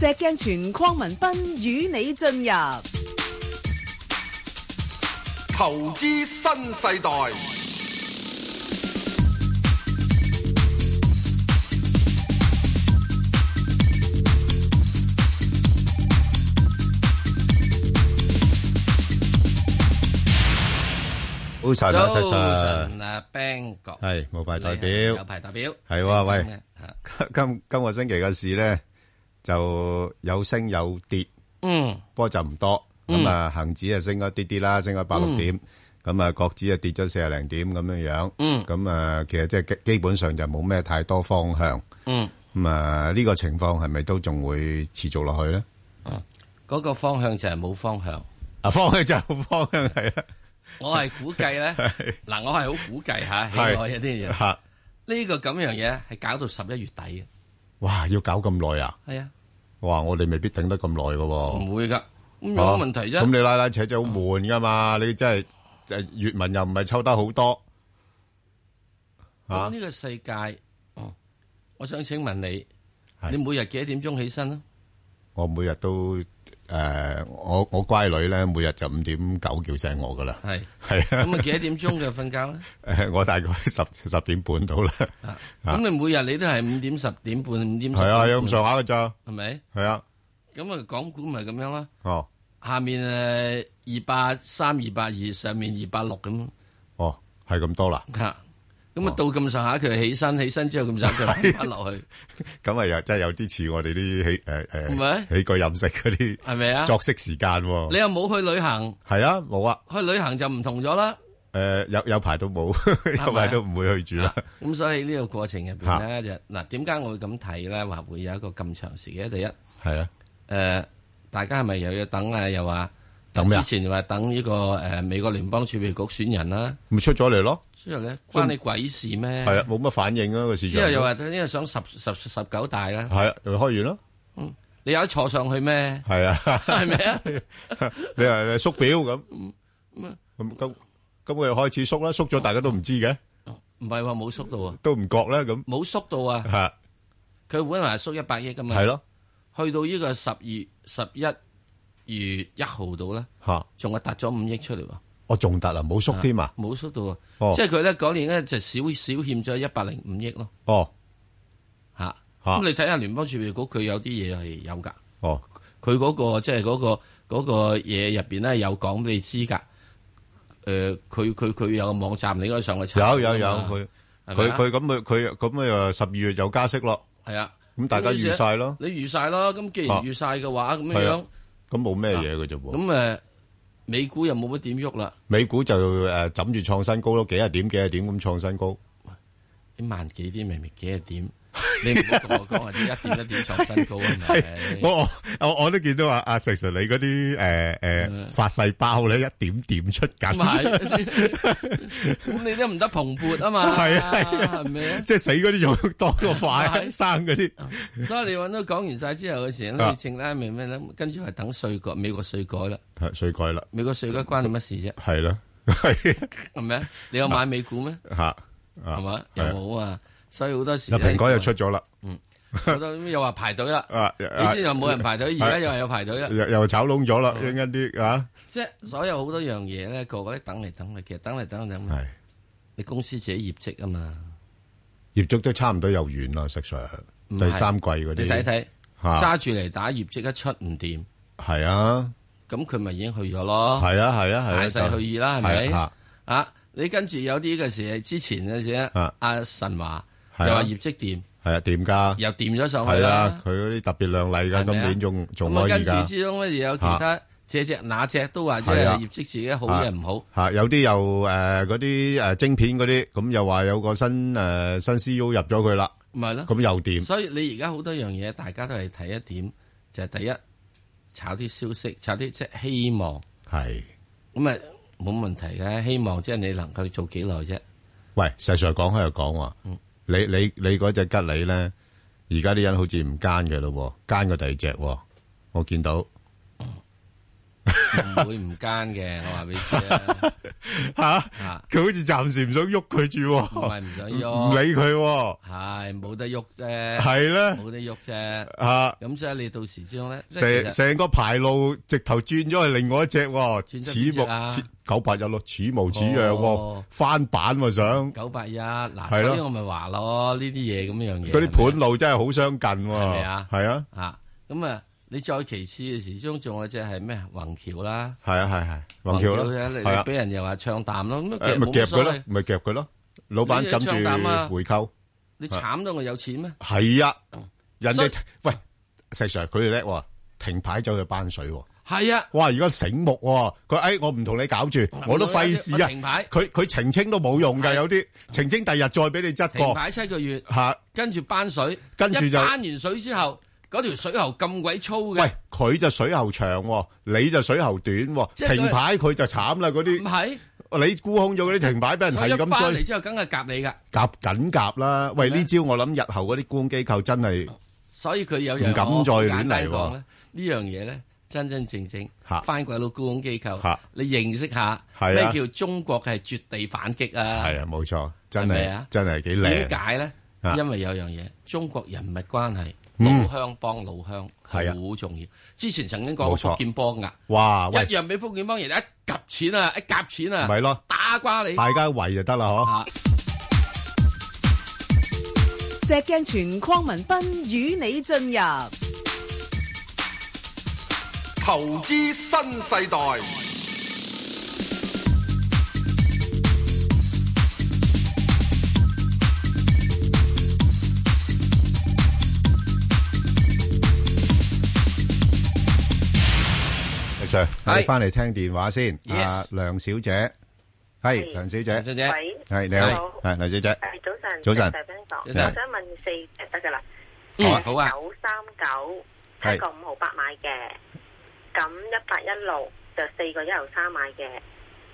石鏡泉鄺民彬與你進入投資新世代。好晨啊，石 Sir，晨啊，Bang 哥係無牌代表，你係有牌代表係喎，正宗喂嘅嚇，今今個星期嘅市咧就有升有跌，嗯不過就唔多。咁啊，恒指啊升咗啲啲啦，升咗百六點。咁啊，國指啊跌咗四十零點咁樣樣。嗯咁啊，其實即係基基本上就冇咩太多方向。嗯，咁啊，呢個情況係咪都仲會持續落去咧？嗰個方向就係冇方向。啊，方 向就係方向係啦，我係估計咧，嗱，我係好估計嚇，起係我有啲嘢，嚇！呢個咁樣嘢係搞到十一月底嘅，哇，要搞咁耐啊！係啊，哇，我哋未必頂得咁耐嘅喎。唔會噶，咁有啊乜問題啫？咁你拉拉扯扯好悶噶嘛？你真係誒粵文又唔係抽得好多咁嚇呢個世界，嗯我想請問你，係你每日幾多點鐘起身啊？我每日都誒，我我乖女咧，每日就五點九叫醒我噶啦。係係咁啊，啊，幾多點鐘嘅瞓覺咧？誒 我大概十十點半到啦。啊咁你每日你都係五點十點半、五點十點係啊，半係啊，咁上下嘅咋？係咪？係啊，咁啊，港股咪咁樣啦。哦下面誒二百三、二百二，上面二百六咁哦，係咁多啦。嚇。咁啊，到咁上下佢就起身，起身之後咁上下 佢就翻落去，咁啊，又真係有啲似我哋啲起誒唔誒係起居飲食嗰啲係咪啊？作息時間你喎。又冇去旅行，係啊，冇啊。去旅行就唔同咗啦。誒有有排都冇， 啊有排都唔會去住啦。咁所以呢個過程入邊咧就嗱，點解我會咁睇咧？話會有一個咁長時嘅第一誒、呃係啊，大家係咪又要等啊？又話等咩啊之前又話等呢、個誒、美國聯邦儲備局選人啦，咪出咗嚟咯。之後咧關你鬼事 咩？係啊，冇乜反應啊個市場。之後又話呢個想十十十九大啦，係啊，又開完咯。你有得坐上 去咩？係啊，係咪啊？你話你縮表咁，咁咁咁佢又開始縮啦，縮咗大家都唔知嘅，唔係話冇縮到啊，都唔覺啦咁。冇縮到啊！嚇，佢本來係縮一百億噶嘛，係咯，去到呢個十二十一月一號度咧，嚇，仲係突咗五億出嚟喎，我仲突啊，冇縮添啊。冇縮到啊！哦即係佢咧嗰年咧就少少欠咗一百零五億咯，哦，吓、嚇咁你睇下聯邦儲備局佢有啲嘢係有㗎，哦，佢嗰、個即係嗰個嗰、個嘢入邊咧有講俾你知㗎。誒、佢佢佢有個網站，你應該上去查。有有有，佢係佢咪啊佢咁佢佢咁啊，十二月又加息咯，係啊，咁大家預晒咯，你預晒咯。咁既然啊預晒嘅話，咁係樣啊樣。咁冇咩嘢嘅啫喎。咁誒、美股又冇乜點喐啦，美股就誒枕住創新高咯，幾廿點幾廿點咁創新高。一萬幾點明明幾啊點，你唔好同我講話啲一點一點創新高啊嘛，係咪我我我我都見到啊阿石 Sir 你嗰啲誒誒發細胞咧一點點出緊，嗯咁係，咁你都唔得蓬勃啊嘛，係啊係啊係咪啊？ 即係死嗰啲仲多過快係啊生嗰啲，所以你揾到講完晒之後嘅時候啊咧，你剩咧明咩咧？跟住係等稅改，美國稅改啦，係水改啦，美國稅改關你乜事啫？係啦，係 係咪啊？你有買美股咩？嚇啊，係係嘛？又冇啊，所以好多時嗱咧蘋果又出，咗啦，好多又話排隊啦，啊以前又冇人排隊，而家又係有排隊啦。又又炒窿咗啦，一嗯陣間啲啊即係所有好多樣嘢咧，個個都等嚟等去，其實等嚟等去等去，係你公司自己業績啊嘛，業績都差唔多又完啦，石 Sir 唔係第三季嗰你啲啊睇睇嚇揸住嚟打業績一出唔掂，係啊咁佢咪已經去咗咯，係啊係啊係啊哦大勢去意啦，係係咪啊？啊，你跟住有啲嘅時，之前嘅時啊阿神華係又啊話業績掂，係啊點㗎？又掂咗上去係啦啊，，佢嗰啲特別亮麗噶，係咪啊今年仲仲咁啊可跟以住噶，之中咧又有其他這隻那隻都話即係係啊業績自己好嘢唔好，吓有啲又誒嗰啲誒晶片嗰啲，咁又話有個新誒新 C U 入咗佢啦，咪係咯。咁又掂所以你而家好多樣嘢，大家都係睇一點，就係、第一炒啲消息，炒啲即係希望，係。咁啊冇問題嘅。希望即係你能夠做幾耐啫。喂，石 Sir 講喺度講喎，你你你嗰只吉利咧，而家啲人好似唔奸嘅咯喎，奸過第二隻喎，我見到唔會唔奸嘅，我話俾你知啊 啦，吓，嚇佢好似暫時唔想喐佢住喎，唔係唔想喐唔理佢喎，係冇得喐啫，係啦，冇得喐啫。吓，咁所以你到時之後咧，即係成其實成個排路直頭轉咗去另外一隻喎，轉咗邊隻啊似無九八一咯，似模似樣喎哦，翻版喎想，九八一嗱，係咯所以我咪話咯，呢啲嘢咁樣嘢，嗰啲係咪盤路真係好相近係咪喎啊，係啊，啊，咁啊，你再其次嘅時鐘仲有隻係咩宏橋啦，係啊，係哦係，宏橋咧，啦，你係你啊，俾人又話唱淡咯，咁其誒實咪冇夾乜佢所咯謂，，咪夾佢咯，老闆呢啲張膽枕啊住回購。你慘到我有錢咩？系啊，人嗯所以哋喂石 Sir 佢哋叻喎，停牌走去班水喎。係啊，哇！而家醒目喎，佢哎我唔同你搞住，我都費事嗯我啊停牌。佢佢澄清都冇用㗎，係嗯有啲澄清第日再俾你執停過牌七個月，吓。跟住班水，跟住就一班完水之後，嗰條水喉咁鬼粗嘅喂，，佢就水喉長喎，你就水喉短喎。即係佢停牌佢就慘啦，嗰唔係，啲你沽空咗嗰啲停牌，俾人所以係一翻咁嚟追之後，梗係夾你噶，夾緊夾啦。喂，係咩呢招我諗日後嗰啲沽空機構真係所以佢有樣唔敢我再亂簡單嚟喎講呢呢樣嘢咧，真真正正嚇翻鬼佬沽空機構嚇，你認識下係咩啊叫中國係絕地反擊啊？係啊，冇錯，真係咪係啊真係幾點靚，解咧啊？因為有樣嘢，中國人物關係，老嗯鄉幫老鄉係啊好重要。之前曾經冇講過錯福建幫噶，哇！一喂，樣俾福建幫人哋一夾錢啊，一夾錢啊，咪咯，打瓜你啊大家圍就得啦，嗬。嚇！石鏡泉匡文斌與你進入投資新世代， Sir，係。我哋返嚟聽電話先。 Yes。啊，梁小姐。係，係。梁小姐。梁小姐，喂，係，你好。你好。係，梁小姐。誒早晨，早晨石 Sir，Ben 早哥晨我想問四隻得㗎啦。嗯誒好啊九三九係七個五毫八買嘅，咁一八一六就四個一毫三買嘅，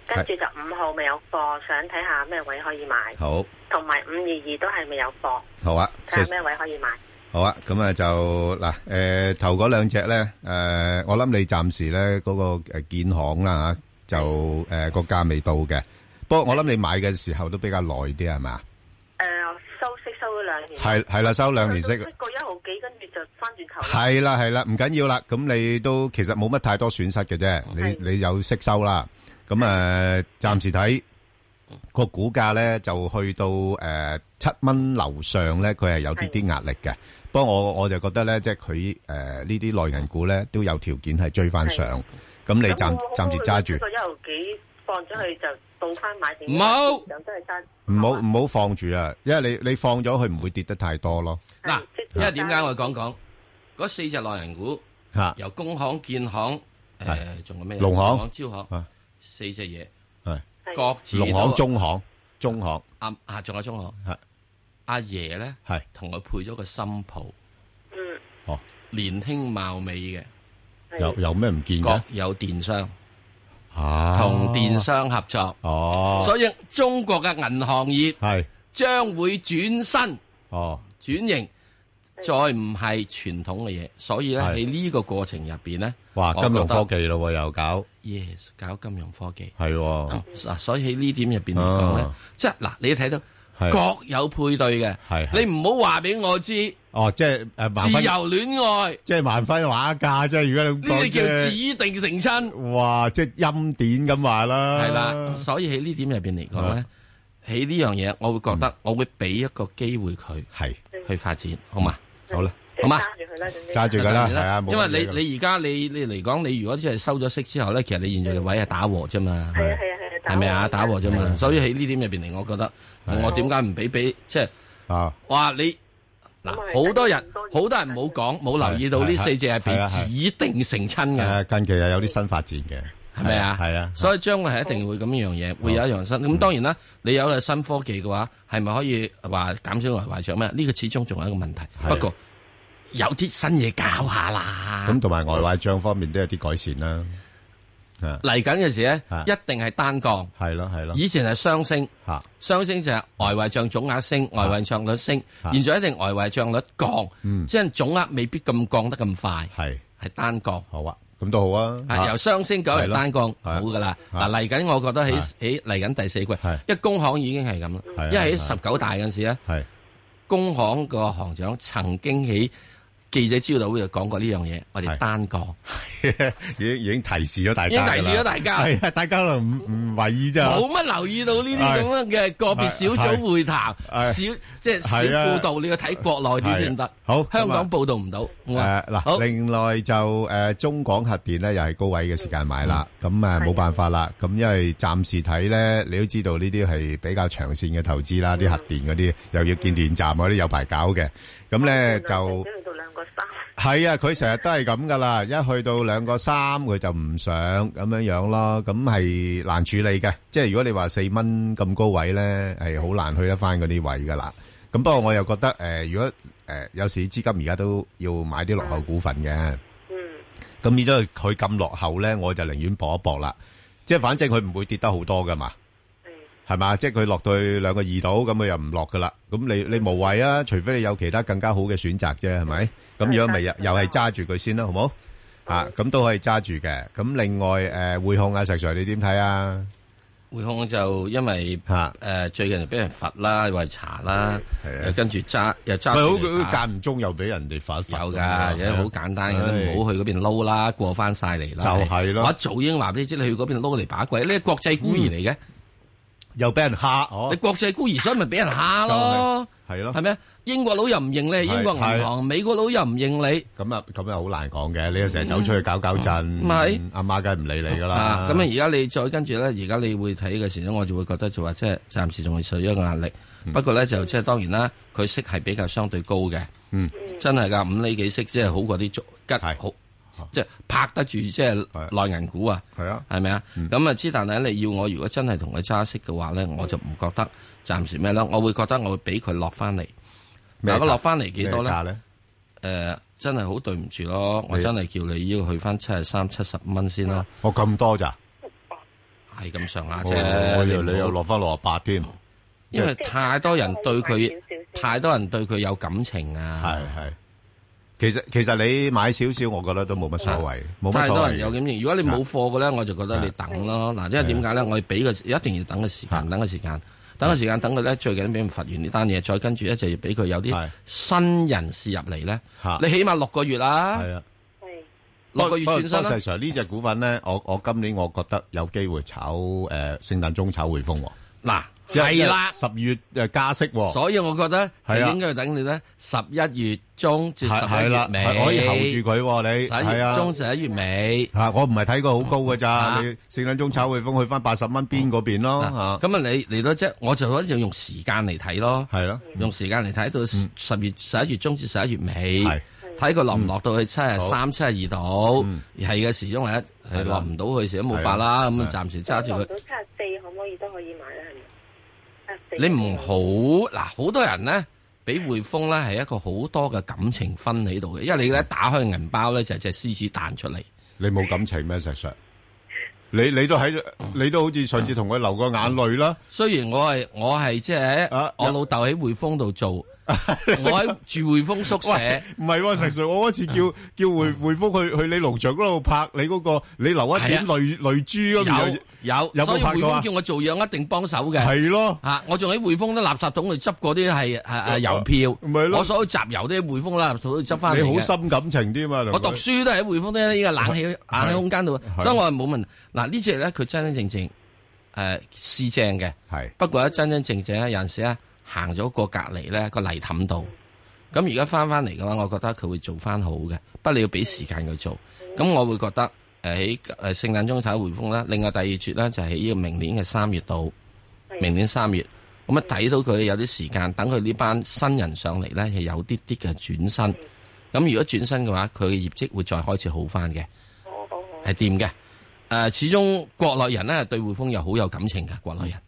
跟住就五號未有貨，想睇下咩位可以買，同埋五二二都係未有貨，好，好啊，睇四-下咩位可以買。啊好啊，咁啊，就，嗱，誒，頭嗰兩隻呢，誒，我諗你暫時呢，嗰個，誒，建行啦，就，誒，個價未到嘅。不過我諗你買嘅時候都比較耐啲，係嘛？係-誒，我收息收咗兩年，係啦，收兩年息。一個一毫幾，跟住就翻轉頭啦。係啦係啦，唔緊要啦。咁你都其實冇乜太多損失嘅啫。你係你有息收啦。咁誒，暫時睇個股價咧就去到誒七蚊樓上咧，佢係有啲啲壓力嘅。不過我我就覺得咧，即係佢誒呢啲內銀股咧都有條件係追翻上。咁你暫咁我暫時揸住一，個一毫幾放咗去就到翻買點？唔好想真係揸，唔好唔好放住啊！因為你你放咗佢唔會跌得太多咯。嗱係即，因為點解我講講嗰四隻內人股，嚇由工行、建行、係誒仲有咩？農行行、招行啊四隻嘢，係係各自農行、中行、中行啊啊，仲有中行係。阿爺咧，係同佢配咗個新抱，嗯哦，年輕貌美嘅，係有有咩唔見嘅各有電商，嚇？同電商合作。啊哦，所以中國嘅銀行業係將會轉身哦。轉型，再唔係傳統嘅嘢。所以咧係喺呢個過程入邊咧，哇，我金融覺得科技咯喎，又搞。 yes 搞金融科技。係喎，嗱，所以喺呢點入邊嚟講咧啊，即係嗱，你睇到係各有配對嘅係，係你唔好話俾我知自哦，即係，誒，萬分-由戀愛。呢即係萬分畫價啫，如果你咁講啲叫啫。指定成親，哇，即係欽點咁話啦。啊係啦。所以喺呢點入邊嚟講咧，喺呢樣嘢，我會覺嗯得我會俾一個機會佢去發展，好嘛？係，好啦，即係好嘛揸住佢啦，總之揸住佢啦，當然係啊，冇因為乜嘢㗎啦。你你而家你你嚟講，你如果即係收咗息之後咧，其實你現嗯在嘅位係打和啫嘛，係啊係啊係啊，係咪啊？打和啫嘛，係啊所以喺呢點入邊嚟，我覺得我點解唔俾俾即係哇你嗱係好多人多嘢好多人冇講冇留意到呢四隻入係係啊邊係指定成親嘅。啊，誒，近期又有啲新發展嘅。嗯係咪啊？係啊，係啊，嗯所以將來係一定會咁樣嘢，會有一樣新。咁當然啦，你有個新科技嘅話，係咪可以話減少來壞帳咩？呢個始終仲係一個問題。係不過有啲新嘢搞下啦。咁咁同埋外壞帳方面都有啲改善啦。啊，係咯，係咯，嚟緊嘅時咧啊，一定係單降。以前係雙升，雙升就係外壞帳總額升，外壞帳率升。啊嗯現在一定外壞帳率降，即係總額未必咁降得咁快，係單降。嚇，係，好啊，好啊，咁都好啊。啊由雙升九係嚟咯單降係啊好噶啦。係嗱嚟緊，我覺得喺係喺嚟緊第四季係，一工行已經係咁啦係啊。因係為喺十九大嗰陣時咧，係工行個行長曾經喺記者招待會就講過呢樣嘢，我係哋單降。 已經已經提示咗大家已經㗎啦，提示咗大家係啊，大家都唔唔為意咋。冇乜留意到呢啲咁樣嘅個別小組會談，係少即係少係啊報導，你要睇國內啲先係啊得。好香咁啊港報導唔到。我話誒，嗱，好。另外就，誒，中廣核電呢，又係高位嘅時間買啦，咁，誒，係。冇辦法啦，咁因為暫時睇呢，你都知道呢啲係比較長線嘅投資啦，啲核電嗰啲，又要建電站嗰啲有排搞嘅，咁呢，就-去到兩個三，啊係啊，佢成日都係咁㗎啦，一去到兩個三佢就唔上咁樣樣咯，咁係難處理嘅，即係如果你話4蚊咁高位呢，係好難去得返嗰啲位㗎啦，咁不過我又覺得，誒，如果，誒，有時資金而家都要買啲落後股份嘅，嗯，咁變咗佢咁落後咧，我就寧願搏一搏啦。即係反正佢唔會跌得好多噶嘛，嗯係嘛？即係佢落到去兩個二度，咁佢又唔落噶啦。咁你你無謂啊，除非你有其他更加好嘅選擇啫，係咪？咁如果咪又又係揸住佢先啦，好冇？啊，咁都可以揸住嘅。咁另外誒匯控啊，石 Sir 你點睇啊？匯控就因為嚇、誒、最近就俾人罰啦，又係查啦，係啊又跟住揸又揸咪好住嚟佢打間唔中又俾人哋反罰有咁啊㗎，有啲好簡單嘅，唉你唔好去嗰邊撈啦，過翻晒嚟啦。就係咯我一早已經話俾你知，你去嗰邊撈嚟把鬼，呢國際孤兒嗯嚟嘅，又俾人蝦哦你，國際孤兒所以咪俾人蝦咯，係咯係。咪啊？英國佬又唔認你，英國銀行，美國佬又唔認你。咁啊，咁啊好難講嘅。你成日走出去搞搞震，嗯咪阿媽梗係唔理你噶啦啊，。咁啊，而家你再跟住咧，而家你會睇嘅時候我就會覺得就話即係暫時仲係受一個壓力。不過咧就即係當然啦，佢息係比較相對高嘅，嗯，真係㗎，五厘幾息即係好過啲足吉係好，即係拍得住即係係內銀股啊，係啊，係咪啊？咁啊之，但係你要我如果真係同佢揸息嘅話咧，嗯我就唔覺得暫時咩啦，我會覺得我會俾佢落翻嚟。咩嗱，佢價落翻嚟幾多咩咧？價咧？誒，真係好對唔住咯，我你哦真係叫你要去翻七十三、七十蚊先咯。我咁多咋？係咁上下我啫，哦我以為唔你又好落翻六十八添，因為太多人對佢即係，太多人對佢有感情啊，係係。其實其實你買少少，我覺得都冇乜所謂，啊冇乜太所多人有謂。感情。如果你冇貨嘅咧，我就覺得你等咯。嗱，因為點解咧？我哋俾個一定要等個時啊間，等個時間，等個時間，等佢咧最緊俾人罰完呢單嘢，再跟住咧就要俾佢有係啲新人士入嚟咧嚇。你起碼六個月啦，係啊，係六個月轉身不過啦實。上呢只股份咧，我我今年我覺得有機會炒誒聖誕鐘炒匯豐喎，嗱，因為係啦。十月誒加息喎，所以我覺得就係啊應該要等你咧十一月中至十係一係月啦，尾，係可以候住佢喎，你十一係月啊。中十一月尾。吓，我唔係睇過好高嘅咋，啊你聖誕鐘炒匯豐去翻八十蚊邊嗰邊咯嗱吓，咁啊，你嚟到即係我就一定要用時間嚟睇咯，係咯，用時間嚟睇到十十月十一月中至十一月尾嗯係，嗯睇佢落唔落到去七十三、七十二度，係嘅時因為一係落唔到去時都冇法啦，咁啊暫時揸住落佢。到七十四可唔可以都可以買咧？係咪？你唔好嗱，好多人咧俾匯豐咧係一個好多嘅感情分喺度嘅，嗯因為你咧打開銀包咧就係只獅子彈出嚟。你冇感情咩石 Sir？你你都喺，你都好似上次同佢流過眼淚啦，雖然我係我係即係啊我老豆喺匯豐度做， 我喺住匯豐宿舍。唔係喎，石 Sir，我嗰次叫叫匯匯豐去去你農場嗰度拍你嗰個，你流一點淚淚珠咁樣，有有冇有，所以拍匯過啊豐叫我做嘢，我一定幫手嘅。係咯，吓，啊我仲喺匯豐啲垃圾桶度執嗰啲係係郵哦咪係票，咯我所有集郵都喺匯豐垃圾桶度執翻嚟你好嘅。深感情添啊，我讀書都係喺匯豐呢個冷氣冷氣空間度，係所以我係冇問。嗱呢只咧，佢真真正正誒是正嘅，係不過咧真真正正咧有陣時咧行咗過隔離咧個泥氹度，咁而家翻翻嚟嘅話，我覺得佢會做翻好嘅，不過你要俾時間佢做。咁我會覺得誒喺誒聖誕中睇回風啦，另外第二節咧就係呢個明年嘅三月度，明年三月咁啊睇到佢有啲時間，等佢呢班新人上嚟咧係有啲啲嘅轉身。咁如果轉身嘅話，佢嘅業績會再開始好翻嘅，好好好，係掂嘅。誒、始終國內人咧對匯豐又好有感情㗎，國內人。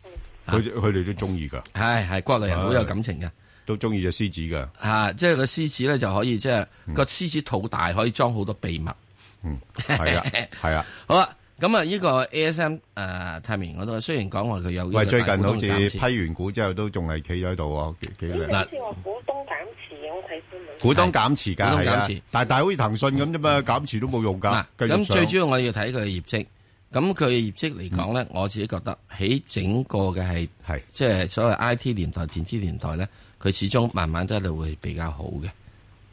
佢佢哋都中意噶，係係國內人好有感情嘅，都中意只獅子 噶，啊，即係個獅子咧就可以即係個獅子肚大，可以裝好多秘密。嗯，係啊，係啊。好啦，咁啊呢個 ASM 誒泰明嗰度，雖然講話佢有呢個喂，最大近股東好似減持批完股之後都仲係企咗喺度喎，幾幾呢靚。個好似我股東減持，我股睇沽門。股東減持㗎，股東係啊減持，但係但係好似騰訊咁啫嘛，減持都冇用㗎嗱，，繼續咁上最主要我要睇佢嘅業績。咁佢嘅業績嚟講嗯咧，我自己覺得喺整個嘅係係即係所謂 I T 年代、電子年代咧，佢始終慢慢都係會比較好嘅，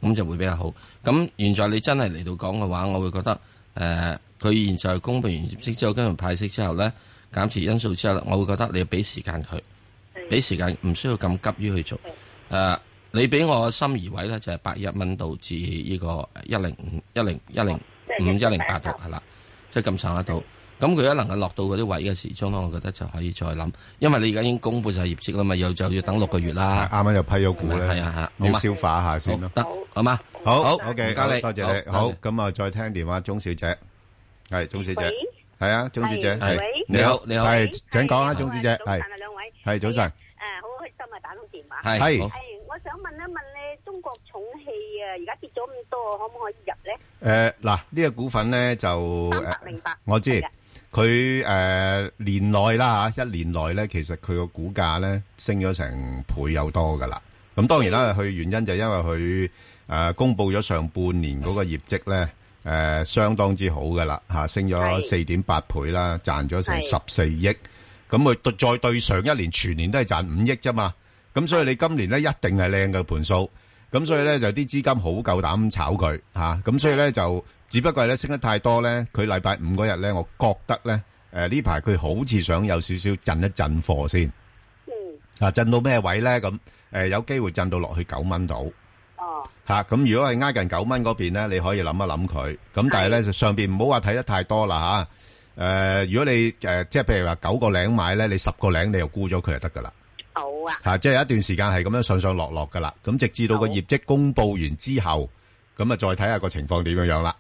咁就會比較好。咁現在你真係嚟到講嘅話，我會覺得誒，呃佢、現在公布完業績之後，跟住派息之後咧，減持因素之後呢，我會覺得你要俾時間佢，俾時間唔需要咁急於去做。誒、你俾我心儀位咧就係百一蚊到至呢個一零五、一零一零五、一零八度係啦，即係咁上下度。咁佢一能夠落到嗰啲位嘅時鐘咧，我覺得就可以再諗，因為你而家已經公布晒業績啦嘛，又就要等六個月啦。啱啱又批咗股啊咧，係啊係啊好要嘛消化一下先咯好。得好嘛？好好，OK，唔該你好，多謝你。好好，咁啊，再聽電話，鐘小姐，係鐘小姐，喂係啊，鐘小姐，係係喂你好你好係請講啊，係鐘小姐，早晨係啊，兩位係早晨，À, 誒，好開心啊，打通電話。係係好係，我想問一問咧，中國重汽 à, 啊，而家跌咗咁多，可唔可以入咧？誒嗱，呢個股份咧就三百誒零八，我知係嘅啊佢誒年內啦嚇，一年內咧，其實佢個股價咧升咗成倍有多噶啦。咁當然嗯啦，佢原因就因為佢誒、呃公佈咗上半年嗰個業績咧，誒、相當之好噶啦嚇，升咗係四點八倍啦，賺咗成十係四億。咁佢對再對上一年全年都係賺五億啫嘛。咁所以你今年咧一定係靚嘅盤數。咁所以咧就啲資金好夠膽炒佢嚇，啊咁、所以咧就只不過係咧升得太多咧，佢禮拜五嗰日咧，我覺得咧誒呢排佢好似想有少少震一震貨先 Ừ, 嗯，啊，震到咩位咧？咁誒、有機會震到落去九蚊度 ờ. 哦，嚇，咁、如果係挨近九蚊嗰邊咧，你可以諗一諗佢。咁但係咧就上邊唔好話睇得太多啦嚇。誒、如果你誒、即係譬如話九個零買咧，你十個零你就沽咗佢就得㗎啦。好啊，吓、即係有一段時間係咁樣上上落落噶啦。咁直至到個好業績公佈完之後，咁啊再睇下個情況點樣樣啦，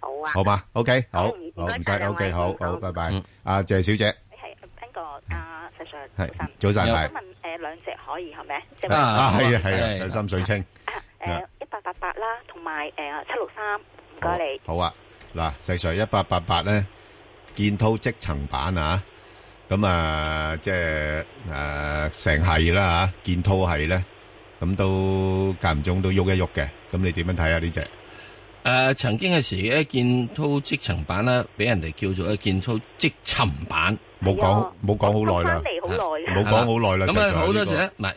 好啊，好嘛？OK，好好唔，好該唔使晒兩，OK，位好好好，拜拜嗯。阿謝小姐，係邊個啊？石 Sir，係早晨早我晨，有想係問誒兩隻可以係咪？即係啊啊，好啊係啊，係係啊，心水清。誒一八八八啦，同埋誒七六三，唔該你。好啊，嗱，石 Sir 一八八八咧，建滔積層板啊，咁啊，即係誒成系啦吓，建滔系咧，咁都間唔中都喐一喐嘅。咁你點樣睇啊？呢只誒、曾經嘅時一件粗積層板咧，俾人哋叫做一件粗積層板。冇講冇講好耐啦翻。嚟好耐冇啦，講好耐啦咁實在啊，呢好個多時咧，唔係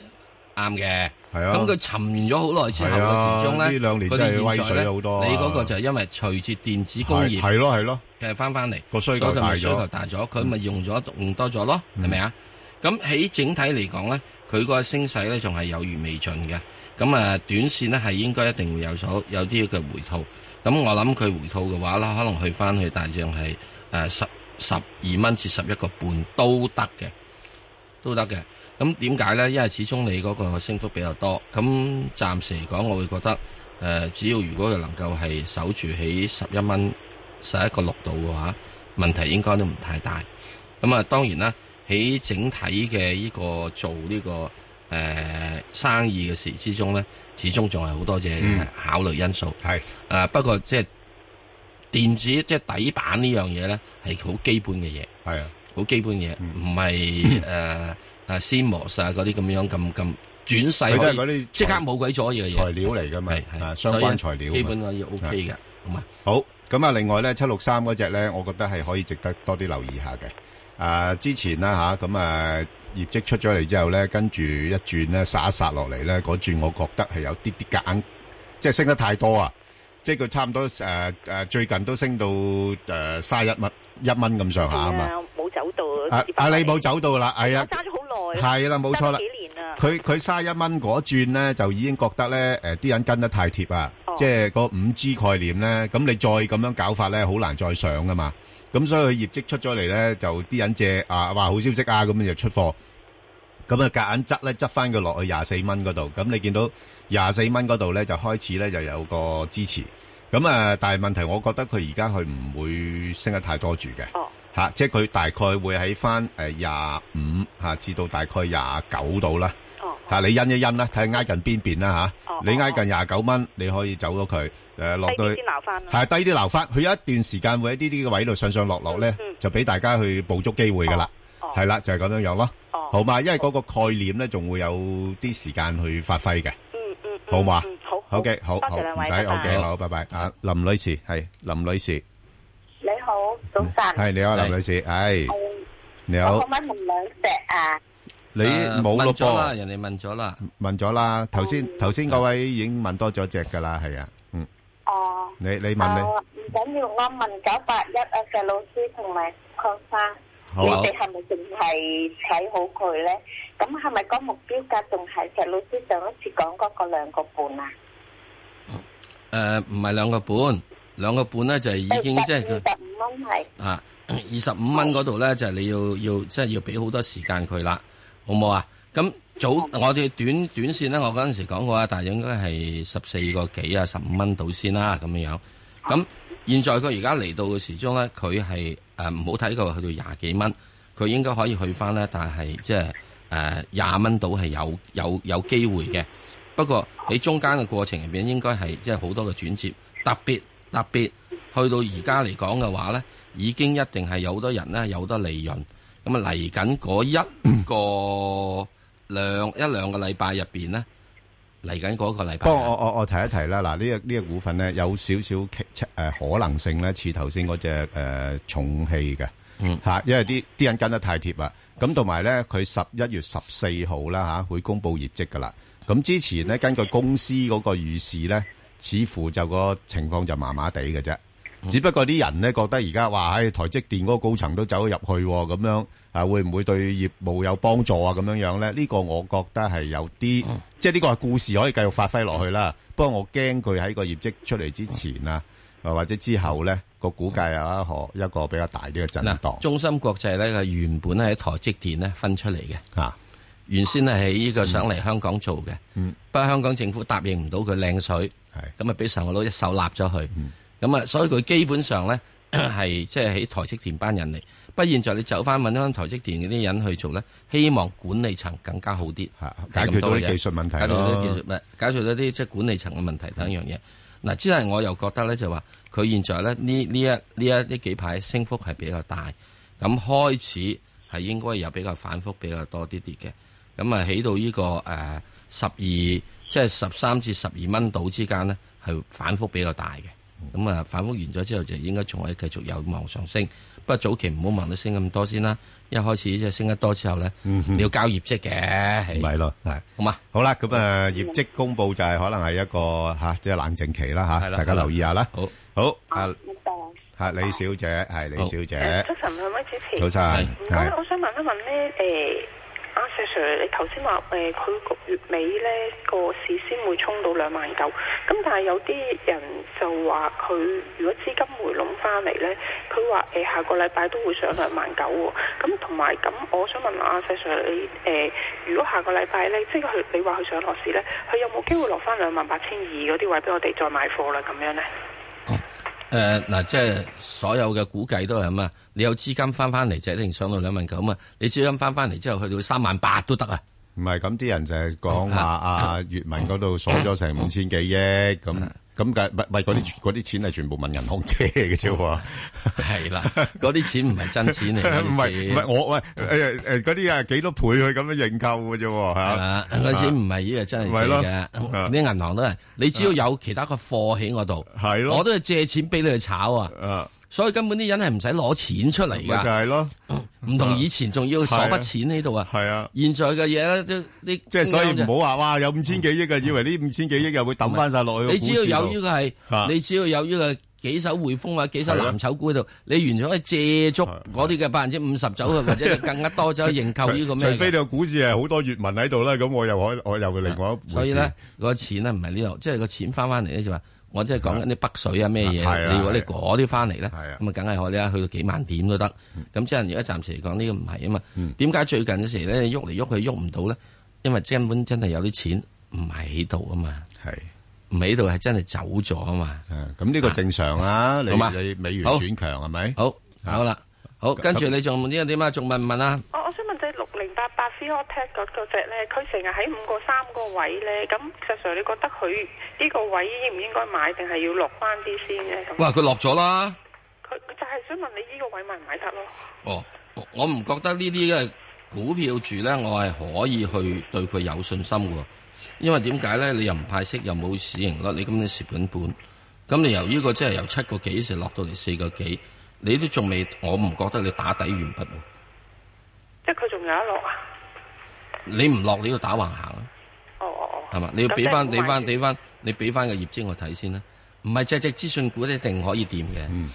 啱嘅。係啊咁佢沉完咗好耐之後係啊嘅時鐘咧，呢兩年佢哋真係現威在水咧好多啊你嗰個就係因為隨住電子工係業係咯係咯，嘅翻呃翻嚟，個需求所以佢咪大咗需求大咗，佢咪用咗用多咗咯，嗯係咪啊？咁喺整體嚟講咧，佢個升勢咧仲係有餘未盡嘅。咁啊，短線咧係應該一定會有所有啲嘅回吐。咁我諗佢回吐嘅話啦，可能去翻去大致係誒十十二蚊至十一個半都得嘅，都得嘅。咁點解咧？因為始終你嗰個升幅比較多。咁暫時嚟講，我會覺得誒、呃只要如果佢能夠係守住喺十一蚊、十一個六度嘅話，問題應該都唔太大。咁啊，當然啦，喺整體嘅呢個做呢、個誒、呃生意嘅時之中咧，始終仲係好多嘢嗯考慮因素。係誒、不過即係電子即係底板呢樣嘢咧，係好基本嘅嘢，係啊，好基本嘅嘢，唔係誒誒 CMOS 啊嗰啲咁樣咁咁轉勢佢都係可以嗰啲即刻冇鬼咗嘅材嘢，料嚟噶嘛係，啊係相關材料所啊以基嘛。本可以 OK 嘅，好嘛？好，咁啊，另外咧七六三嗰只咧，我覺得係可以值得多啲留意下嘅。啊，之前啦吓，咁啊業績出咗嚟之後咧，跟住一轉咧，殺一殺落嚟咧，嗰轉我覺得係有啲啲夾硬，即係升得太多啊！即係佢差唔多誒誒，最近都升到誒卅一蚊一蚊咁上下啊嘛。啊冇走到。啊啊，你冇走到啦，係我啊，揸咗好耐啦，係啦，冇錯啦揸咗。幾年啦，佢佢卅一蚊嗰轉咧，就已經覺得咧，誒、啲人跟得太貼啊，哦即係個五 G 概念咧，咁你再咁樣搞法咧，好難再上噶嘛。咁所以佢業績出咗嚟咧，就啲人借啊，話好消息啊，咁樣就出貨。咁啊，夾硬執咧，執翻佢落去廿四蚊嗰度。咁你見到廿四蚊嗰度咧，就開始咧就有個支持。咁啊，但係問題，我覺得佢而家佢唔會升得太多住嘅。哦，吓、即係佢大概會喺翻誒廿五吓至到大概廿九度啦。哦，吓你因一因啦，睇下挨近邊邊啦吓哦。你挨近廿九蚊，你可以走咗佢，诶落低到啲去先鬧翻啦。係低啲留翻，佢有一段時間會喺呢啲嘅位度上上落落咧嗯嗯，就俾大家去捕捉機會噶啦。哦係啦，就係咁樣樣咯。哦好嘛，因為嗰個概念咧，仲會有啲時間去發揮嘅。嗯嗯嗯好嘛？嗯好 OK，好多謝好，兩唔位使拜拜 OK，好，拜拜。啊，林女士係林女士，你好，早晨。係你好，係林女士，係你我可好唔，可以問兩隻啊？你誒冇咯問咗啦，噃，人哋問咗啦，問咗啦。頭先頭先嗰位已經問多咗隻㗎啦，係啊，嗯，哦，你你問你啊唔緊要，我問九八一啊嘅老師同埋邝生，好你啊哋係咪淨係睇好佢咧？咁係咪個目標價仲係石老師上一次講嗰個兩個半啊？誒唔係兩個半，兩個半咧就係已經即係佢。二十五蚊係啊，二十五蚊嗰度咧就係你要要即係要俾好多時間佢啦，好冇啊？咁早我哋短短線咧，我嗰陣時講過啊，但係應該係十四個幾啊，十五蚊到先啦，咁樣樣。咁現在佢而家嚟到嘅時鐘咧，佢係誒唔好睇佢去到廿幾蚊，佢應該可以去翻咧，但係即係誒廿蚊到係有有有機會嘅。不過喺中間嘅過程入邊，應該係即係好多嘅轉折，特別特別去到而家嚟講嘅話咧，已經一定係有好多人咧有好多利潤。咁啊嚟緊嗰一個兩一兩個禮拜入邊咧，嚟緊嗰個禮拜不過我我我提一提啦，嗱呢只呢只股份咧有少少誒可能性咧，似頭先嗰只誒重氣嘅，嗯嚇，因為啲啲人跟得太貼啦。咁同埋咧，佢十一月十四號啦嚇會公布業績噶啦。咁之前咧，根據公司嗰個預示咧，似乎就個情況就麻麻地嘅啫。嗯只不過啲人咧覺得而家話，唉、台積電嗰個高層都走咗入去喎咁樣，啊會唔會對業務有幫助啊？咁樣樣咧，呢、個我覺得係有啲，嗯即係呢個係故事可以繼續發揮落去啦。不過我驚佢喺個業績出嚟之前啊，啊或者之後咧個股價有一個一個比較大啲嘅震嗱，盪中芯國際咧，佢原本係喺台積電咧分出嚟嘅，啊，原先係喺呢個想嚟香港做嘅，嗯不過香港政府答應唔到佢靚水，係咁啊俾上個佬一手立咗佢嗯，咁啊，所以佢基本上咧係即係喺台積電班人嚟。不過現在你走翻揾翻台積電嗰啲人去做咧，希望管理層更加好啲，嚇解決到啲技術問題解決咯到啲技術咩？解決到啲即係管理層嘅問題等一樣嘢。嗱，之係我又覺得咧，就話佢現在咧呢呢一呢一呢幾排升幅係比較大，咁開始係應該有比較反覆比較多啲啲嘅，咁啊起到呢、個誒十二即係十三至十二蚊度之間咧，係反覆比較大嘅。咁啊，反覆完咗之後就應該仲可以繼續有望上升。不過早期唔好望得升咁多先啦，一開始即係升得多之後咧，你要交業績嘅，唔係係咯，係。好嘛？好啦，咁啊，業績公佈就係可能係一個嚇，即係冷靜期啦嚇，係啦大家係啦留意下啦。好。好，啊五檔。啊李小姐係李好小姐誒，早晨，兩位主持。早晨係唔，該係。我想問一問咧，誒、阿 Sir Sir，你頭先話誒佢個月尾咧個市先會衝到兩萬九，咁但係有啲人就話佢如果資金回籠翻嚟咧，佢話誒下個禮拜都會上兩萬九喎，咁同埋咁，我想問阿 Sir Sir，你誒、如果下個禮拜咧，即係佢你話佢上落市咧，佢有冇機會落翻兩萬八千二嗰啲位俾我哋再買貨啦咁樣咧？誒呃嗱、即係所有嘅估計都係咁啊！你有資金翻翻嚟就一定上到兩萬九啊！你資金翻翻嚟之後去到三萬八都得啊！唔係咁啲人就係講話啊，粵文嗰度鎖咗成五千幾億咁，咁嘅咪咪嗰啲嗰啲錢係全部問銀行借嘅啫 喎，係啦，嗰啲錢唔係真錢嚟，嗰唔係啲唔錢係我喂誒誒嗰啲啊幾多倍去咁樣認購嘅啫喎係嚇，啦，嗰啲錢唔係呢個真係借咪嘅，嗯啲銀行都係你只要有其他嘅貨喺我度，係咯我都係借錢俾你去炒啊！啊所以根本啲人係唔使攞錢出嚟咪就㗎，係咯，唔同以前仲要鎖係啊筆錢喺度啊！係啊，現在嘅嘢咧，都你即係所以唔好話哇有五千幾億啊，以為呢五千幾億又會抌翻晒落去你個只股市要有呢度，個係啊，你只要有呢個幾手匯豐或者幾手藍籌股喺度，你完全可以借足嗰啲嘅百分之五十走去，或者更加多走去認購呢 個除咩除非你嘅？個股市係好多粵文喺度啦，咁我又可我又另外一所回以事。咧，個錢咧唔係呢度，即係個錢翻翻嚟咧就話，我即係講緊啲北水啊咩係嘢，啊你如果你嗰啲翻嚟咧，係啊嗯咁啊梗係可以啦，去到幾萬點都得。咁即係而家暫時嚟講呢個唔係啊嘛。點解最近嘅時咧喐嚟喐去喐唔到咧？因為根本真係有啲錢唔係喺度啊嘛，係。唔喺度係真係走咗啊嘛。誒咁呢個正常啊，你好嘛你美元好轉強係咪？好，啊好啦，好，跟住你仲唔知點啊？仲問唔問啊？我我想問你六零八八 c o t e c 嗰嗰只咧，佢成日喺五個三個位咧，咁石 Sir 你覺得佢呢個位應唔應該買，定係要落翻啲先咧？咁哇，佢落咗啦！佢佢就係想問你呢個位買唔買得咯？哦，我我唔覺得呢啲嘅股票住咧，我係可以去對佢有信心嘅喎。因為點解咧？你又唔派息，又冇市盈率，你根本蝕本本。咁你由呢個即係由七個幾時落到嚟四個幾，你都仲未，我唔覺得你打底完畢喎。即係佢仲有一落啊！你唔落，你要打橫行啊！哦哦哦，係嘛？你要咁俾即係翻唔俾翻係俾翻，你俾翻個業績我睇先啦。唔係隻隻資訊股一定可以掂嘅，嗯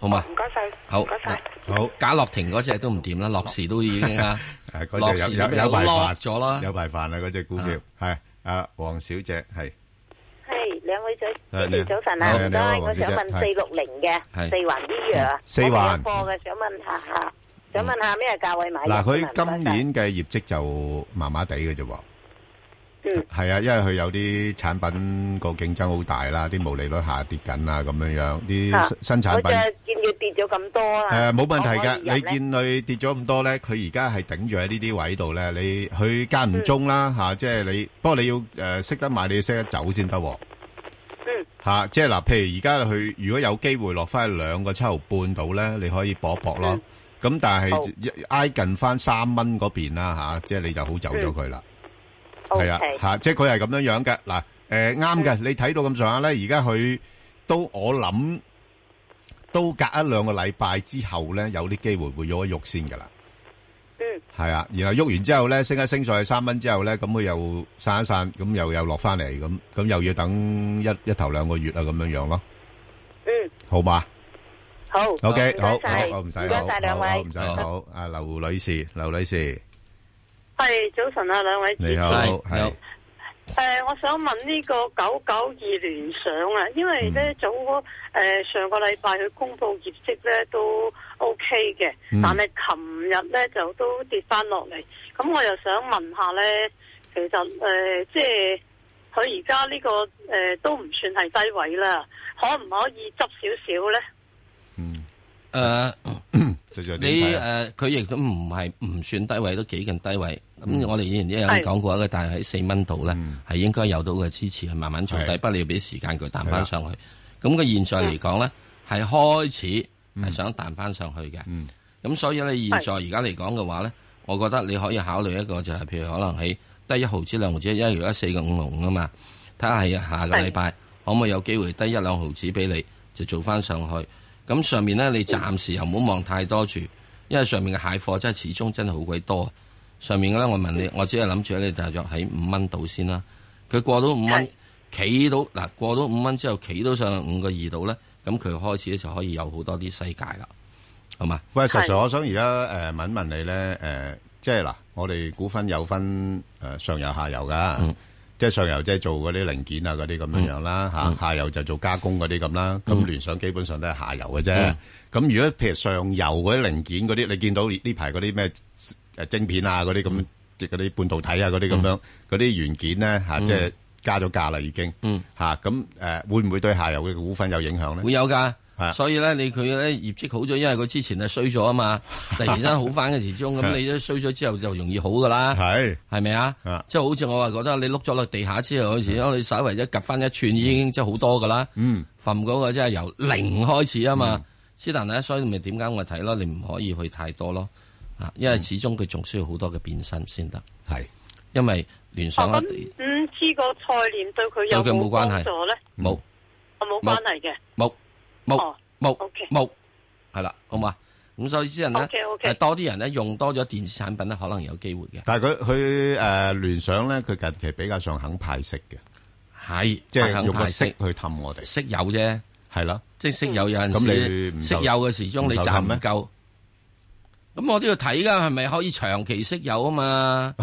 好嘛？唔該晒，好唔該晒。好，賈樂婷嗰只都唔掂啦，樂視都已經 啊，诶，嗰樂只視有都有俾有人排 lock 飯咗啦。有排飯啦，嗰只股票係啊，黃小姐係系两位早係你早晨啊，唔係你好啊該，黃我小姐想問係四六零嘅係四環醫藥啊，四環我有貨嘅，想問下下，想問下咩價位買入？Dạ, 嗱，佢唔該今年嘅業績就麻麻地嘅啫喎。嗯係啊，因為佢有啲產品個競爭好大啦，啲毛利率下跌緊啊，咁樣樣啊啲新新晒產我品就。見佢跌咗咁多 À, 啦，誒，冇問題㗎，可唔可以入咧你見佢跌咗咁多呢，佢而家係頂住喺呢啲位度呢，你-佢間唔中啦，嗯嚇，即係你-不過你要，誒，識得買，你要識得走先得喎。嗯。嚇，即係嗱，譬如而家佢-如果有機會落返去兩個七毫半度呢，你可以搏一搏咯。咁但嗯係好。挨近返三蚊嗯嗰邊啦，嚇，即係你就好走咗佢啦。係啊， OK，嚇，即係佢係咁樣樣嘅。嗱，誒，啱嘅，你睇到咁上下呢，而家佢都-我諗都隔一兩個禮拜之後呢，有啲機會會喐一喐先㗎啦。嗯。係啊，然後喐完之後呢，升一升上去3蚊之後呢，咁佢又散一散，咁又又落返嚟，咁-咁又要等一-一頭兩個月啊，咁樣樣咯。好嘛？Ừ. 嗯，好 OK，唔該好，晒好，唔使，唔該好，晒兩好，位，好，唔使，好，啊，劉女士，劉女士，你好，係早晨啊，兩位主持 Dạ, 係，係，有。诶、呃我想問呢個九九二聯想啊，因為嗯咧、早嗰诶、上個禮拜佢公布業績咧都 O K 嘅，嗯但係琴日咧就都跌翻落嚟。咁我又想問下咧，其實诶、誒即係佢而家呢個诶、都唔算係低位啦，可唔可以執少少咧？誒，哦實在點呃你睇啊？誒佢亦都唔係唔算低位，都幾近低位。嗯咁我哋以前都有講過咧，但係喺四蚊度咧係應該有到嘅支持，係慢慢做低，係不過你要俾時間佢彈係啦翻上去。咁佢現在嚟講咧係開始係想彈翻上去嘅。嗯咁所以咧，現在而家嚟講嘅話咧，我覺得你可以考慮一個就係譬如可能喺低一毫子兩毫子，因為而家四個五毫五啊嘛，睇下係下個禮拜可唔可以有機會低一兩毫子俾你，就做翻上去。咁上面咧，你暫時又唔好望太多住，因為上面嘅蟹貨真係始終真係好鬼多。上面嘅咧，我問你，我只係諗住咧，你大約喺五蚊度先啦。佢過到五蚊係，企到嗱過到五蚊之後，企到上五個二度咧，咁佢開始就可以有好多啲世界啦，好嘛？喂，係。實在我想而家誒呃問一問你咧，誒、即係嗱，我哋股份有分誒、上游下游噶，嗯即係上游即係做嗰啲零件啊嗰啲咁樣樣啦嚇，下游就做加工嗰啲咁啦。咁、嗯聯想基本上都係下游嘅啫。咁嗯、如果譬如上游嗰啲零件嗰啲，你見到呢排嗰啲咩誒晶片啊嗰啲嗯咁，即係嗰啲半導體啊嗰啲咁樣嗰啲元件咧嚇，即係加咗價啦已經嗯嚇。咁誒、會唔會對下游嘅股份有影響咧？會有噶係。所以咧，你佢咧業績好咗，因為佢之前係衰咗啊 嘛，突然之間好翻嘅時鐘，咁係你都衰咗之後就容易好噶啦，係係咪啊啊？即係好似我話覺得你碌咗落地下之後嗰時，你稍微一夾翻一寸已經即係好多噶啦，嗯瞓嗰個即係由零開始啊嘛。之但咧，所以咪點解我睇咯？你唔可以去太多咯，啊，因嗯為始終佢仲需要好多嘅變身先得，係。因為聯想啊一咁五 G 個概念對佢有對佢冇冇關幫係助咧？冇我冇冇關係嘅。冇冇。哦，冇 OK 冇，係啦，好嘛？咁所以啲人咧， OK，OK 誒多啲人咧用多咗電子產品咧，可能有機會嘅。但係佢-呃佢，誒，聯想呢，佢近期比較上肯派息嘅，即係係，肯用個派息息去氹我哋，係咯，息有啫，即係嗯息有有陣咁你時唔息受有嘅時鐘唔你受氹賺唔咩夠。咁我都要睇噶，係咪可以長期息有啊 嘛？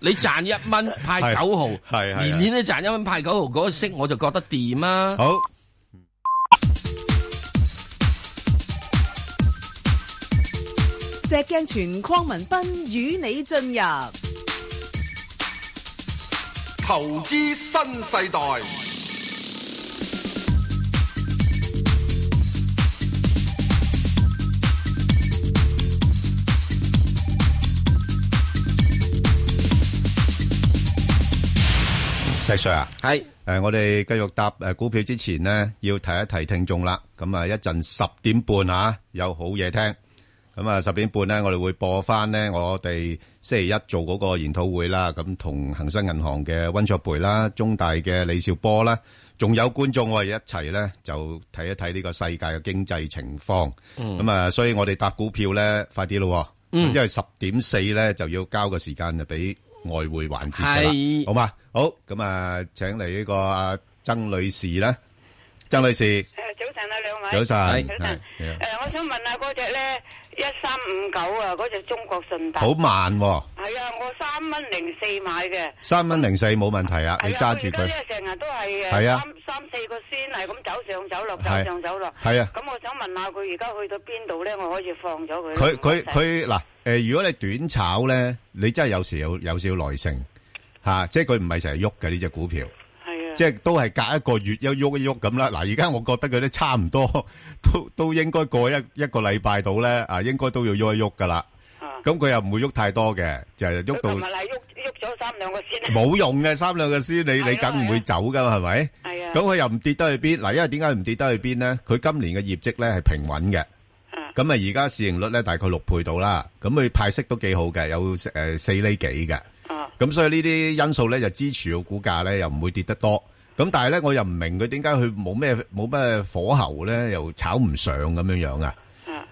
你賺一蚊派係九毫，係係年年都賺一蚊派九毫，嗰個息我就覺得掂啊！石鏡泉邝文斌與你進入投資新世代，啊呃好，係石Sir啊，誒，我哋繼續答，誒，股票之前呢，要提一提聽眾啦，咁啊，一陣10點半啊，有好嘢聽。咁咁啊，十點半咧，我哋會播翻呢，我哋星期一做嗰個研討會啦，咁同恒生銀行嘅温卓培啦、中大嘅李兆波啦，仲有觀眾我哋一齊咧就睇一睇呢個世界嘅經濟情況。嗯咁啊、所以我哋搭股票咧快啲咯喎，嗯因為十點四咧就要交個時間就俾外匯環節㗎啦，係好嘛？好，咁啊，請嚟呢個啊曾女士啦，曾女士，早晨啊，兩早位。晨，早晨。係啊诶，我想問下嗰只咧一三五九啊，嗰只中國信達。好。慢喎。係啊，我三蚊零四買嘅。三蚊零四冇問題啊，你係啊揸住我佢而家咧成日都係诶係啊三三四個先係咁走上走落，走係上走落。係啊咁我想問下佢而家去到邊度咧，我可以放咗佢呢。佢佢唔該晒佢嗱誒，如果你短炒咧，你真係有時有有少少耐性嚇、即係佢唔係成日喐嘅呢只股票，係啊即係都係隔一個月一喐一喐咁啦。嗱，而家我覺得佢都差唔多， 都都應該過一一個禮拜到咧啊，應該都要喐一喐噶啦。咁佢又唔會喐太多嘅，就係喐佢琴日到係喐喐咗三兩個先。冇用嘅三兩個先，你你梗唔會走噶嘛，係咪？係啊咁佢又唔跌得去邊？嗱，因為點解唔跌得去邊咧？佢今年嘅業績咧係平穩嘅，咁啊而家市盈率咧大概六倍到啦，咁佢派息都幾好嘅，有誒四厘幾嘅，咁所以呢啲因素咧就支持個股價咧又唔會跌得多。咁但係咧我又唔明佢點解佢冇咩冇咩火候咧，又炒唔上咁樣樣啊？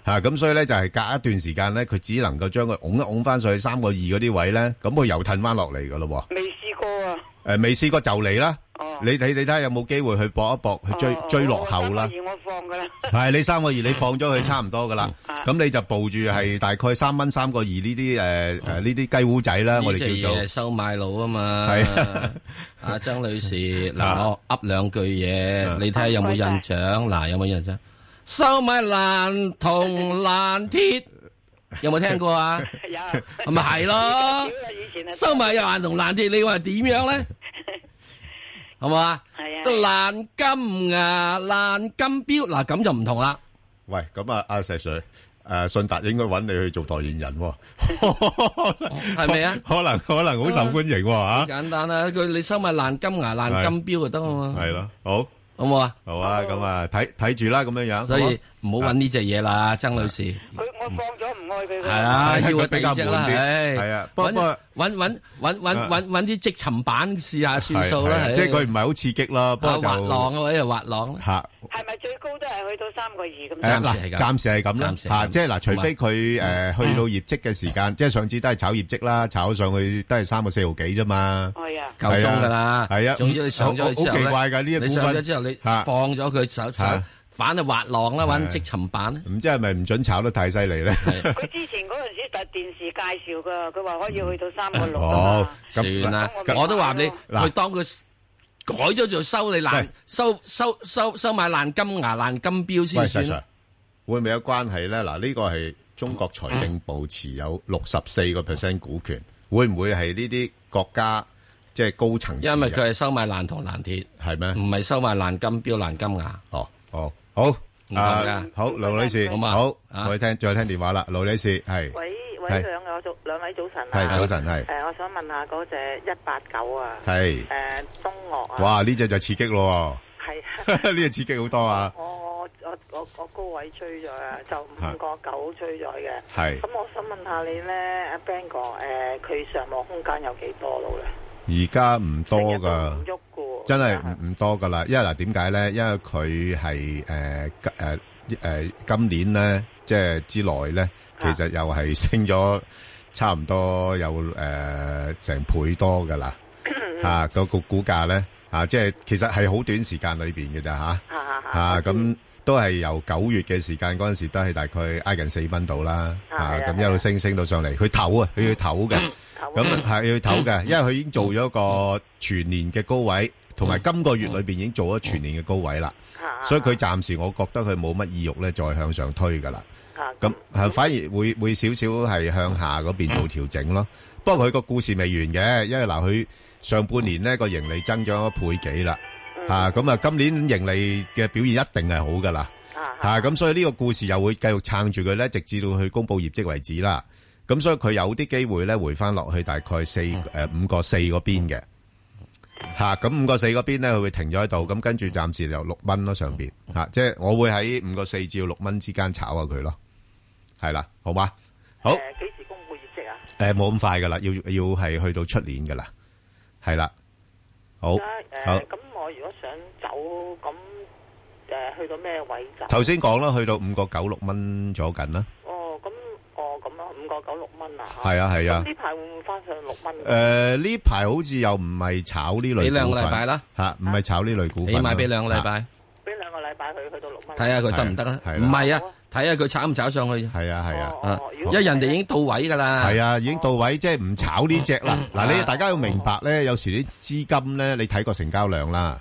吓咁、所以咧就係隔一段時間咧，佢只能夠將佢拱一拱翻上去三個二嗰啲位咧，咁佢又褪翻落嚟噶咯喎。未試過啊。诶，未試過就嚟啦。你你你睇下有冇機會去搏一搏，去追追落後啦。而我放㗎啦。係你三個二，你放咗佢差唔多噶啦。咁你就捕住係大概三蚊三個二呢啲诶诶呢啲雞糊仔啦，我呢隻哋叫嘢係做收買佬啊嘛。係啊，阿曾女士，嗱我噏兩句嘢，你睇下有冇印象？嗱，有冇印象？收買爛銅爛鐵，有冇聽過啊？ 有，咪係 咯。收買又爛銅爛鐵，你話點樣 咧？好嘛？係啊。爛金啊，爛金錶，嗱咁就唔同啦。 喂，咁啊阿石 Sir。诶，信達應該揾你去做代言人喎，係咪啊？ 可能可能好受歡迎喎嚇。簡單啦，佢你收買爛金牙、爛金錶就得啊嘛。係咯，好，好唔好啊？好啊，咁啊，睇睇住啦，咁樣樣。所以唔好揾呢只嘢啦，曾女士。係啊，要個比第較悶二隻啦，啲唉係啊不揾過揾揾揾揾揾揾啲積塵板試下算係係數啦，即係佢唔係好刺激啦，不過就滑浪啊或者滑浪嚇。係咪最高都係去到三個二誒，咁？嗱，暫時係咁啦，暫時係咁。嚇，即係嗱，同埋-除非佢，誒，去到業績嘅時間，即係上次都係炒業績啦，炒上去都係3.4毫幾啫嘛。à. 夠鐘㗎啦，係啊，係啊，總之你上咗去之後好-咧好奇怪㗎，呢一你股上咗份。之後你嚇，放咗佢手手係，反去滑浪啦，揾係積塵板啦。唔知係咪唔准炒得太犀利呢？ 佢之前嗰陣時特電視介紹㗎，佢話可以去到三個六㗎嘛。啊哦，咁，算啦嗱，咁-我都話你，嗱佢當佢改咗做收你爛收收收收買爛金牙、爛金錶喂，先算啦 Sir，會唔會有關係呢？嗱，呢個係中國財政部持有64%股權，會唔會係呢啲國家，即係高層持有？因為佢係收買爛銅爛鐵，係咩？唔係收買爛金錶、爛金牙。哦，好，唔同㗎。啊，好，盧女士，好嘛？好，啊。我哋聽-再聽電話啦，盧女士，係。喂係喂，兩個早兩位早晨啊！係早晨係誒，我想問下嗰只一八九啊，係誒中樂啊，哇！呢只就刺激咯係喎，呢 只刺激好多啊！我我我我我高位追咗啊，就五個九追咗嘅。係咁我想問下你咧，阿 Ben 哥誒，佢上網空間有幾多路咧？而家唔成日多噶都唔喐㗎，喎真係唔唔多噶啦。因為嗱，點解咧？因為佢係誒誒誒今年咧，即係之內咧，啊其實又係升咗差唔多有誒成、倍多噶 啦。嚇個、個股價咧嚇，即係其實係好短時間裏邊嘅咋嚇啊嚇咁。都係由九月嘅時間嗰陣時，都係大概挨近四蚊度啦，嚇咁一路升升到上嚟，佢唞啊，佢要唞嘅，咁係要唞嘅，因為佢已經做咗個全年嘅高位，同埋今個月裏邊已經做咗全年嘅高位啦，所以佢暫時我覺得佢冇乜意欲咧再向上推噶啦，咁係反而會會少少係向下嗰邊做調整咯。不過佢個故事未完嘅，因為嗱佢上半年呢個盈利增長咗倍幾啦。啊，咁啊，今年盈利嘅表現一定係好噶啦，吓咁、所以呢個故事又會繼續撐住佢咧，直至到佢公布業績為止啦。咁所以佢有啲機會咧回翻落去大概四诶五个四嗰邊嘅，吓咁五个四嗰邊咧佢會停咗喺度，咁跟住暫時就六蚊咯上邊吓、嚇即係我會喺五个四至到六蚊之間炒下佢咯，係系啦，好嘛？好，誒幾時公布業績啊？诶，冇咁快噶啦，要要系去到出年噶啦，系啦，啊好，好誒，。咁我如果想走，咁誒去到咩位走？頭先講啦，去到五個九六蚊左近啦。哦，咁哦咁啊，五個九六蚊啊。係啊係啊咁呢排會唔會翻上六蚊？诶，呢排好似又唔係炒呢類股份，俾兩個禮拜啦吓，唔係炒呢類股份啦，你買俾兩個禮啊，拜，俾兩個禮拜佢去到六蚊。睇下佢得唔得啦係？唔啦係啊，睇下佢炒唔炒上去啫。係啊係啊。啊哦，如因果為人哋已經到位㗎啦。係啊，已經到位，即係唔炒呢只嗯啦。嗱，你大家要明白咧，有時啲資金咧，你睇個成交量啦，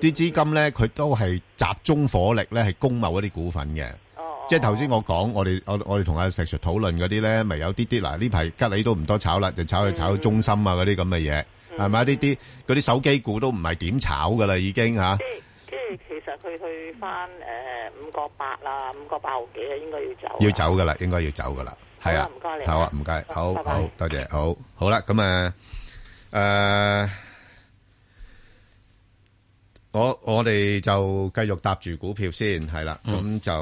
啲資金咧佢都係集中火力咧，係供某一啲股份嘅。哦即係頭先我講，我哋我我哋同阿石 Sir 討論嗰啲咧，咪有啲啲嗱呢排吉利都唔多炒啦，就炒去炒去中心啊嗰啲咁嘅嘢，係咪呢啲嗰啲手機股都唔係點炒噶啦，已經吓。即係即係其實佢去翻誒五個八啦，五個八毫幾啊，應該要走。要。走噶啦，應該要走噶啦，係好啊，啊唔該你好啊，唔該，好拜拜好多謝，好好啦，咁呃啊，誒，我我哋就繼續搭住股票先，係啦，咁就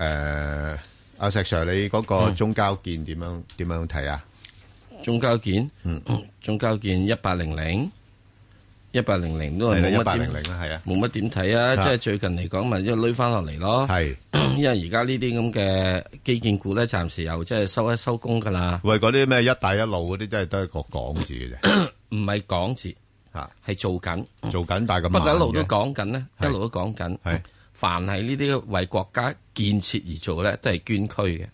誒，阿石 Sir 你嗰個中交建點樣點樣睇啊？中交建，嗯中交建一八零零，一八零零都係係啦，冇一乜八零點，零啦，係啊，冇乜點睇啊！啊即係最近嚟講，咪一攞翻落嚟咯。係。因為而家呢啲咁嘅基建股咧，暫時又即係收一收工㗎啦，喂，嗰啲咩一帶一路嗰啲真係得一個講字嘅啫，唔係講字，嚇係做緊。做緊但係咁不過一路都慢嘅講緊呢，一係路都講緊係，凡係呢啲為國家建設而做咧，都係捐軀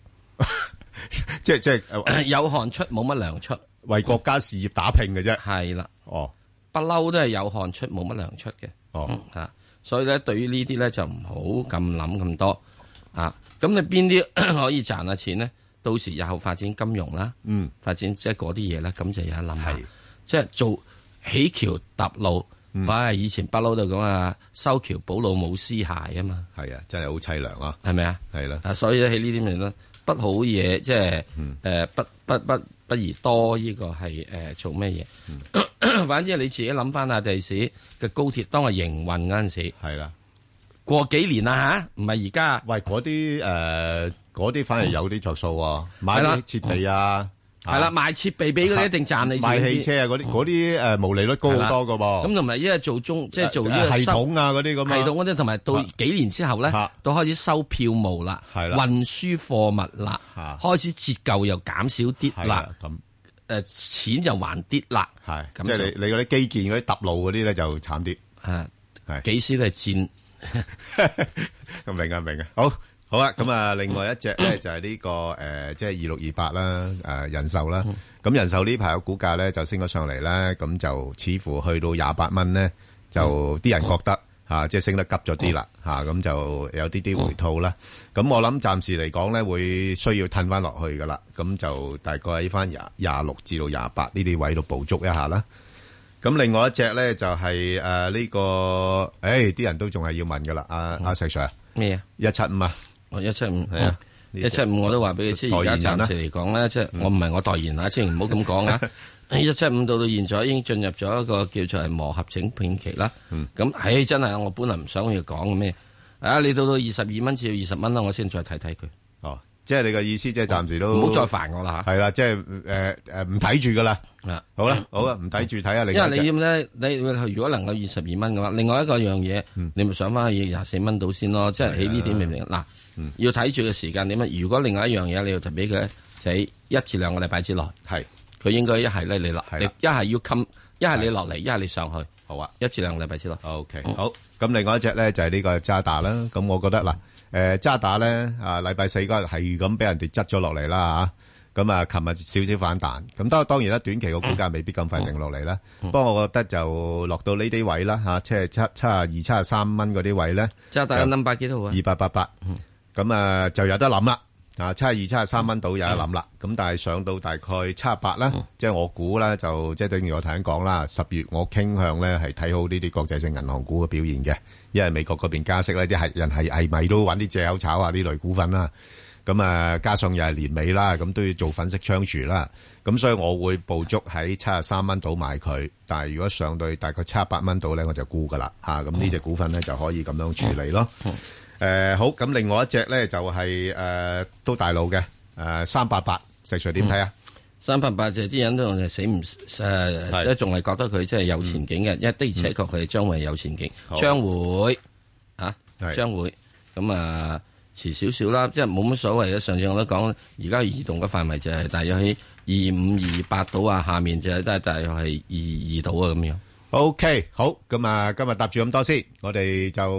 即係即係呃嘅， 有汗出冇乜糧出，為國家事業打拼嘅啫。係啦，哦不嬲都係有汗出冇乜糧出嘅。哦，啊，所以咧對於呢啲咧就唔好咁諗咁多啊。咁你邊啲 可以賺下錢咧？到時日後發展金融啦，嗯，發展即係嗰啲嘢咧，咁就有得諗下係。即係做起橋搭路，喂，以前不嬲都講啊，修橋補路冇屍骸啊嘛，係啊，真係好凄涼啊，係咪啊？係啦，啊，所以咧喺呢啲咪咯，不好嘢，即係嗯誒不不不不宜多呢個係誒做咩嗯嘢？ 反正你自己諗翻下第時嘅高鐵當係營運嗰陣時。係啦。過幾年啦吓，唔係而家喂，嗰啲誒嗰啲反而有啲着數喎，買係啦啲設備啊，係啦，賣設備俾嗰啲一定賺你買錢啲啊汽車啊嗰啲嗰啲誒毛利率高好多噶咁噃。啊同埋因為做中即係做呢個系收統啊嗰啲咁系啊，統嗰啲，同埋到啊幾年之後咧啊，到開始收票務啦，係啦運輸貨物啦，啊開始折舊又減少啲係啦啦，咁誒錢又還啲啦，係，咁即係你你嗰啲基建嗰啲揼路嗰啲咧就慘啲。誒係啊幾時都係戰 明啊明啊，好好啊，咁啊，另外一隻咧就係呢、個誒、呃即係二六二八啦，誒、人壽啦，咁人壽呢排嘅股價咧就升咗上嚟啦，咁就似乎去到廿八蚊咧，就啲人覺得嚇、啊即係升得急咗啲啦嚇，咁、就有啲啲回吐啦。咁我諗暫時嚟講咧，會需要褪翻落去噶啦，咁就大概喺翻廿廿六至到廿八呢啲位度捕捉一下啦。咁另外一隻咧就係誒呢個，誒、啲人都仲係要問噶啦，阿、嗯阿、石 Sir 啊。咩啊？一七五啊，我一七五哦係啊一七五我都話俾你知，代言而人家啦嗯暫時嚟講咧，即係我唔係我代言啊，千祈唔好咁講啊。 一七五到到現在已經進入咗一個叫做係磨合整片期啦。嗯咁唉，真係我本來唔想要講嘅咩啊！你到到二十二蚊至到二十蚊啦，我先再睇睇佢，哦，即係你嘅意思，即係暫時都哦唔好再煩我啦系啦，即係诶诶唔睇住噶啦，嚇。啊，好啦，好啊，唔睇住睇下你因嗰為你隻，要咧，你如果能夠二十二蚊嘅話，另外一個樣嘢，嗯你咪上翻去廿四蚊到先咯。即啊係喺呢點明唔明？嗱，嗯要睇住嘅時間點啊！如果另外一樣嘢你要就俾佢，就喺一至兩個禮拜之內。係佢應該一係咧你落，係你啦一係要冚，一係你落嚟，一係你上去，好啊一至兩個禮拜之內。 ，OK，好。咁另外一隻咧就係呢個渣打啦，咁我覺得嗱，诶渣打咧啊禮拜四嗰日係咁俾人哋執咗落嚟啦吓，咁啊琴日少少反彈，咁當當然啦，短期個股價未必咁快定落嚟啦，不過我覺得就落到呢啲位啦吓，即係七七啊二七啊三蚊嗰啲位咧。即係大家 number 幾多號啊二？八八八，咁啊就有得諗啦。啊，七廿二、七廿三蚊到有得諗啦。咁但係上到大概七廿八啦，即係我估啦，就即係等於我頭先講啦。十月我傾向咧係睇好呢啲國際性銀行股嘅表現嘅，因為美國嗰邊加息咧，啲係人係係咪都揾啲藉口炒下呢類股份啦。咁啊，加上又係年尾啦，咁都要做粉飾窗廚啦。咁所以我會捕捉喺七十三蚊度買佢，但係如果上到大概七十八蚊度咧，我就沽噶啦嚇。咁呢只股份咧就可以咁呃樣處理咯。誒、好，咁另外一隻咧就係、誒、都大路嘅诶三八八，石 Sir 點睇啊？三八八就係啲人都仲係死唔呃誒，即係仲係覺得佢即係有前景嘅，因為的而且確佢將會有前景，嗯好將會啊係，將會咁啊遲少少啦，即係冇乜所謂嘅。上次我都講，而家移動嘅範圍就係大約喺二五二八度啊，下面就係都係大約係二二度啊咁樣。 OK，好，咁啊，今日答住咁多先，我哋就。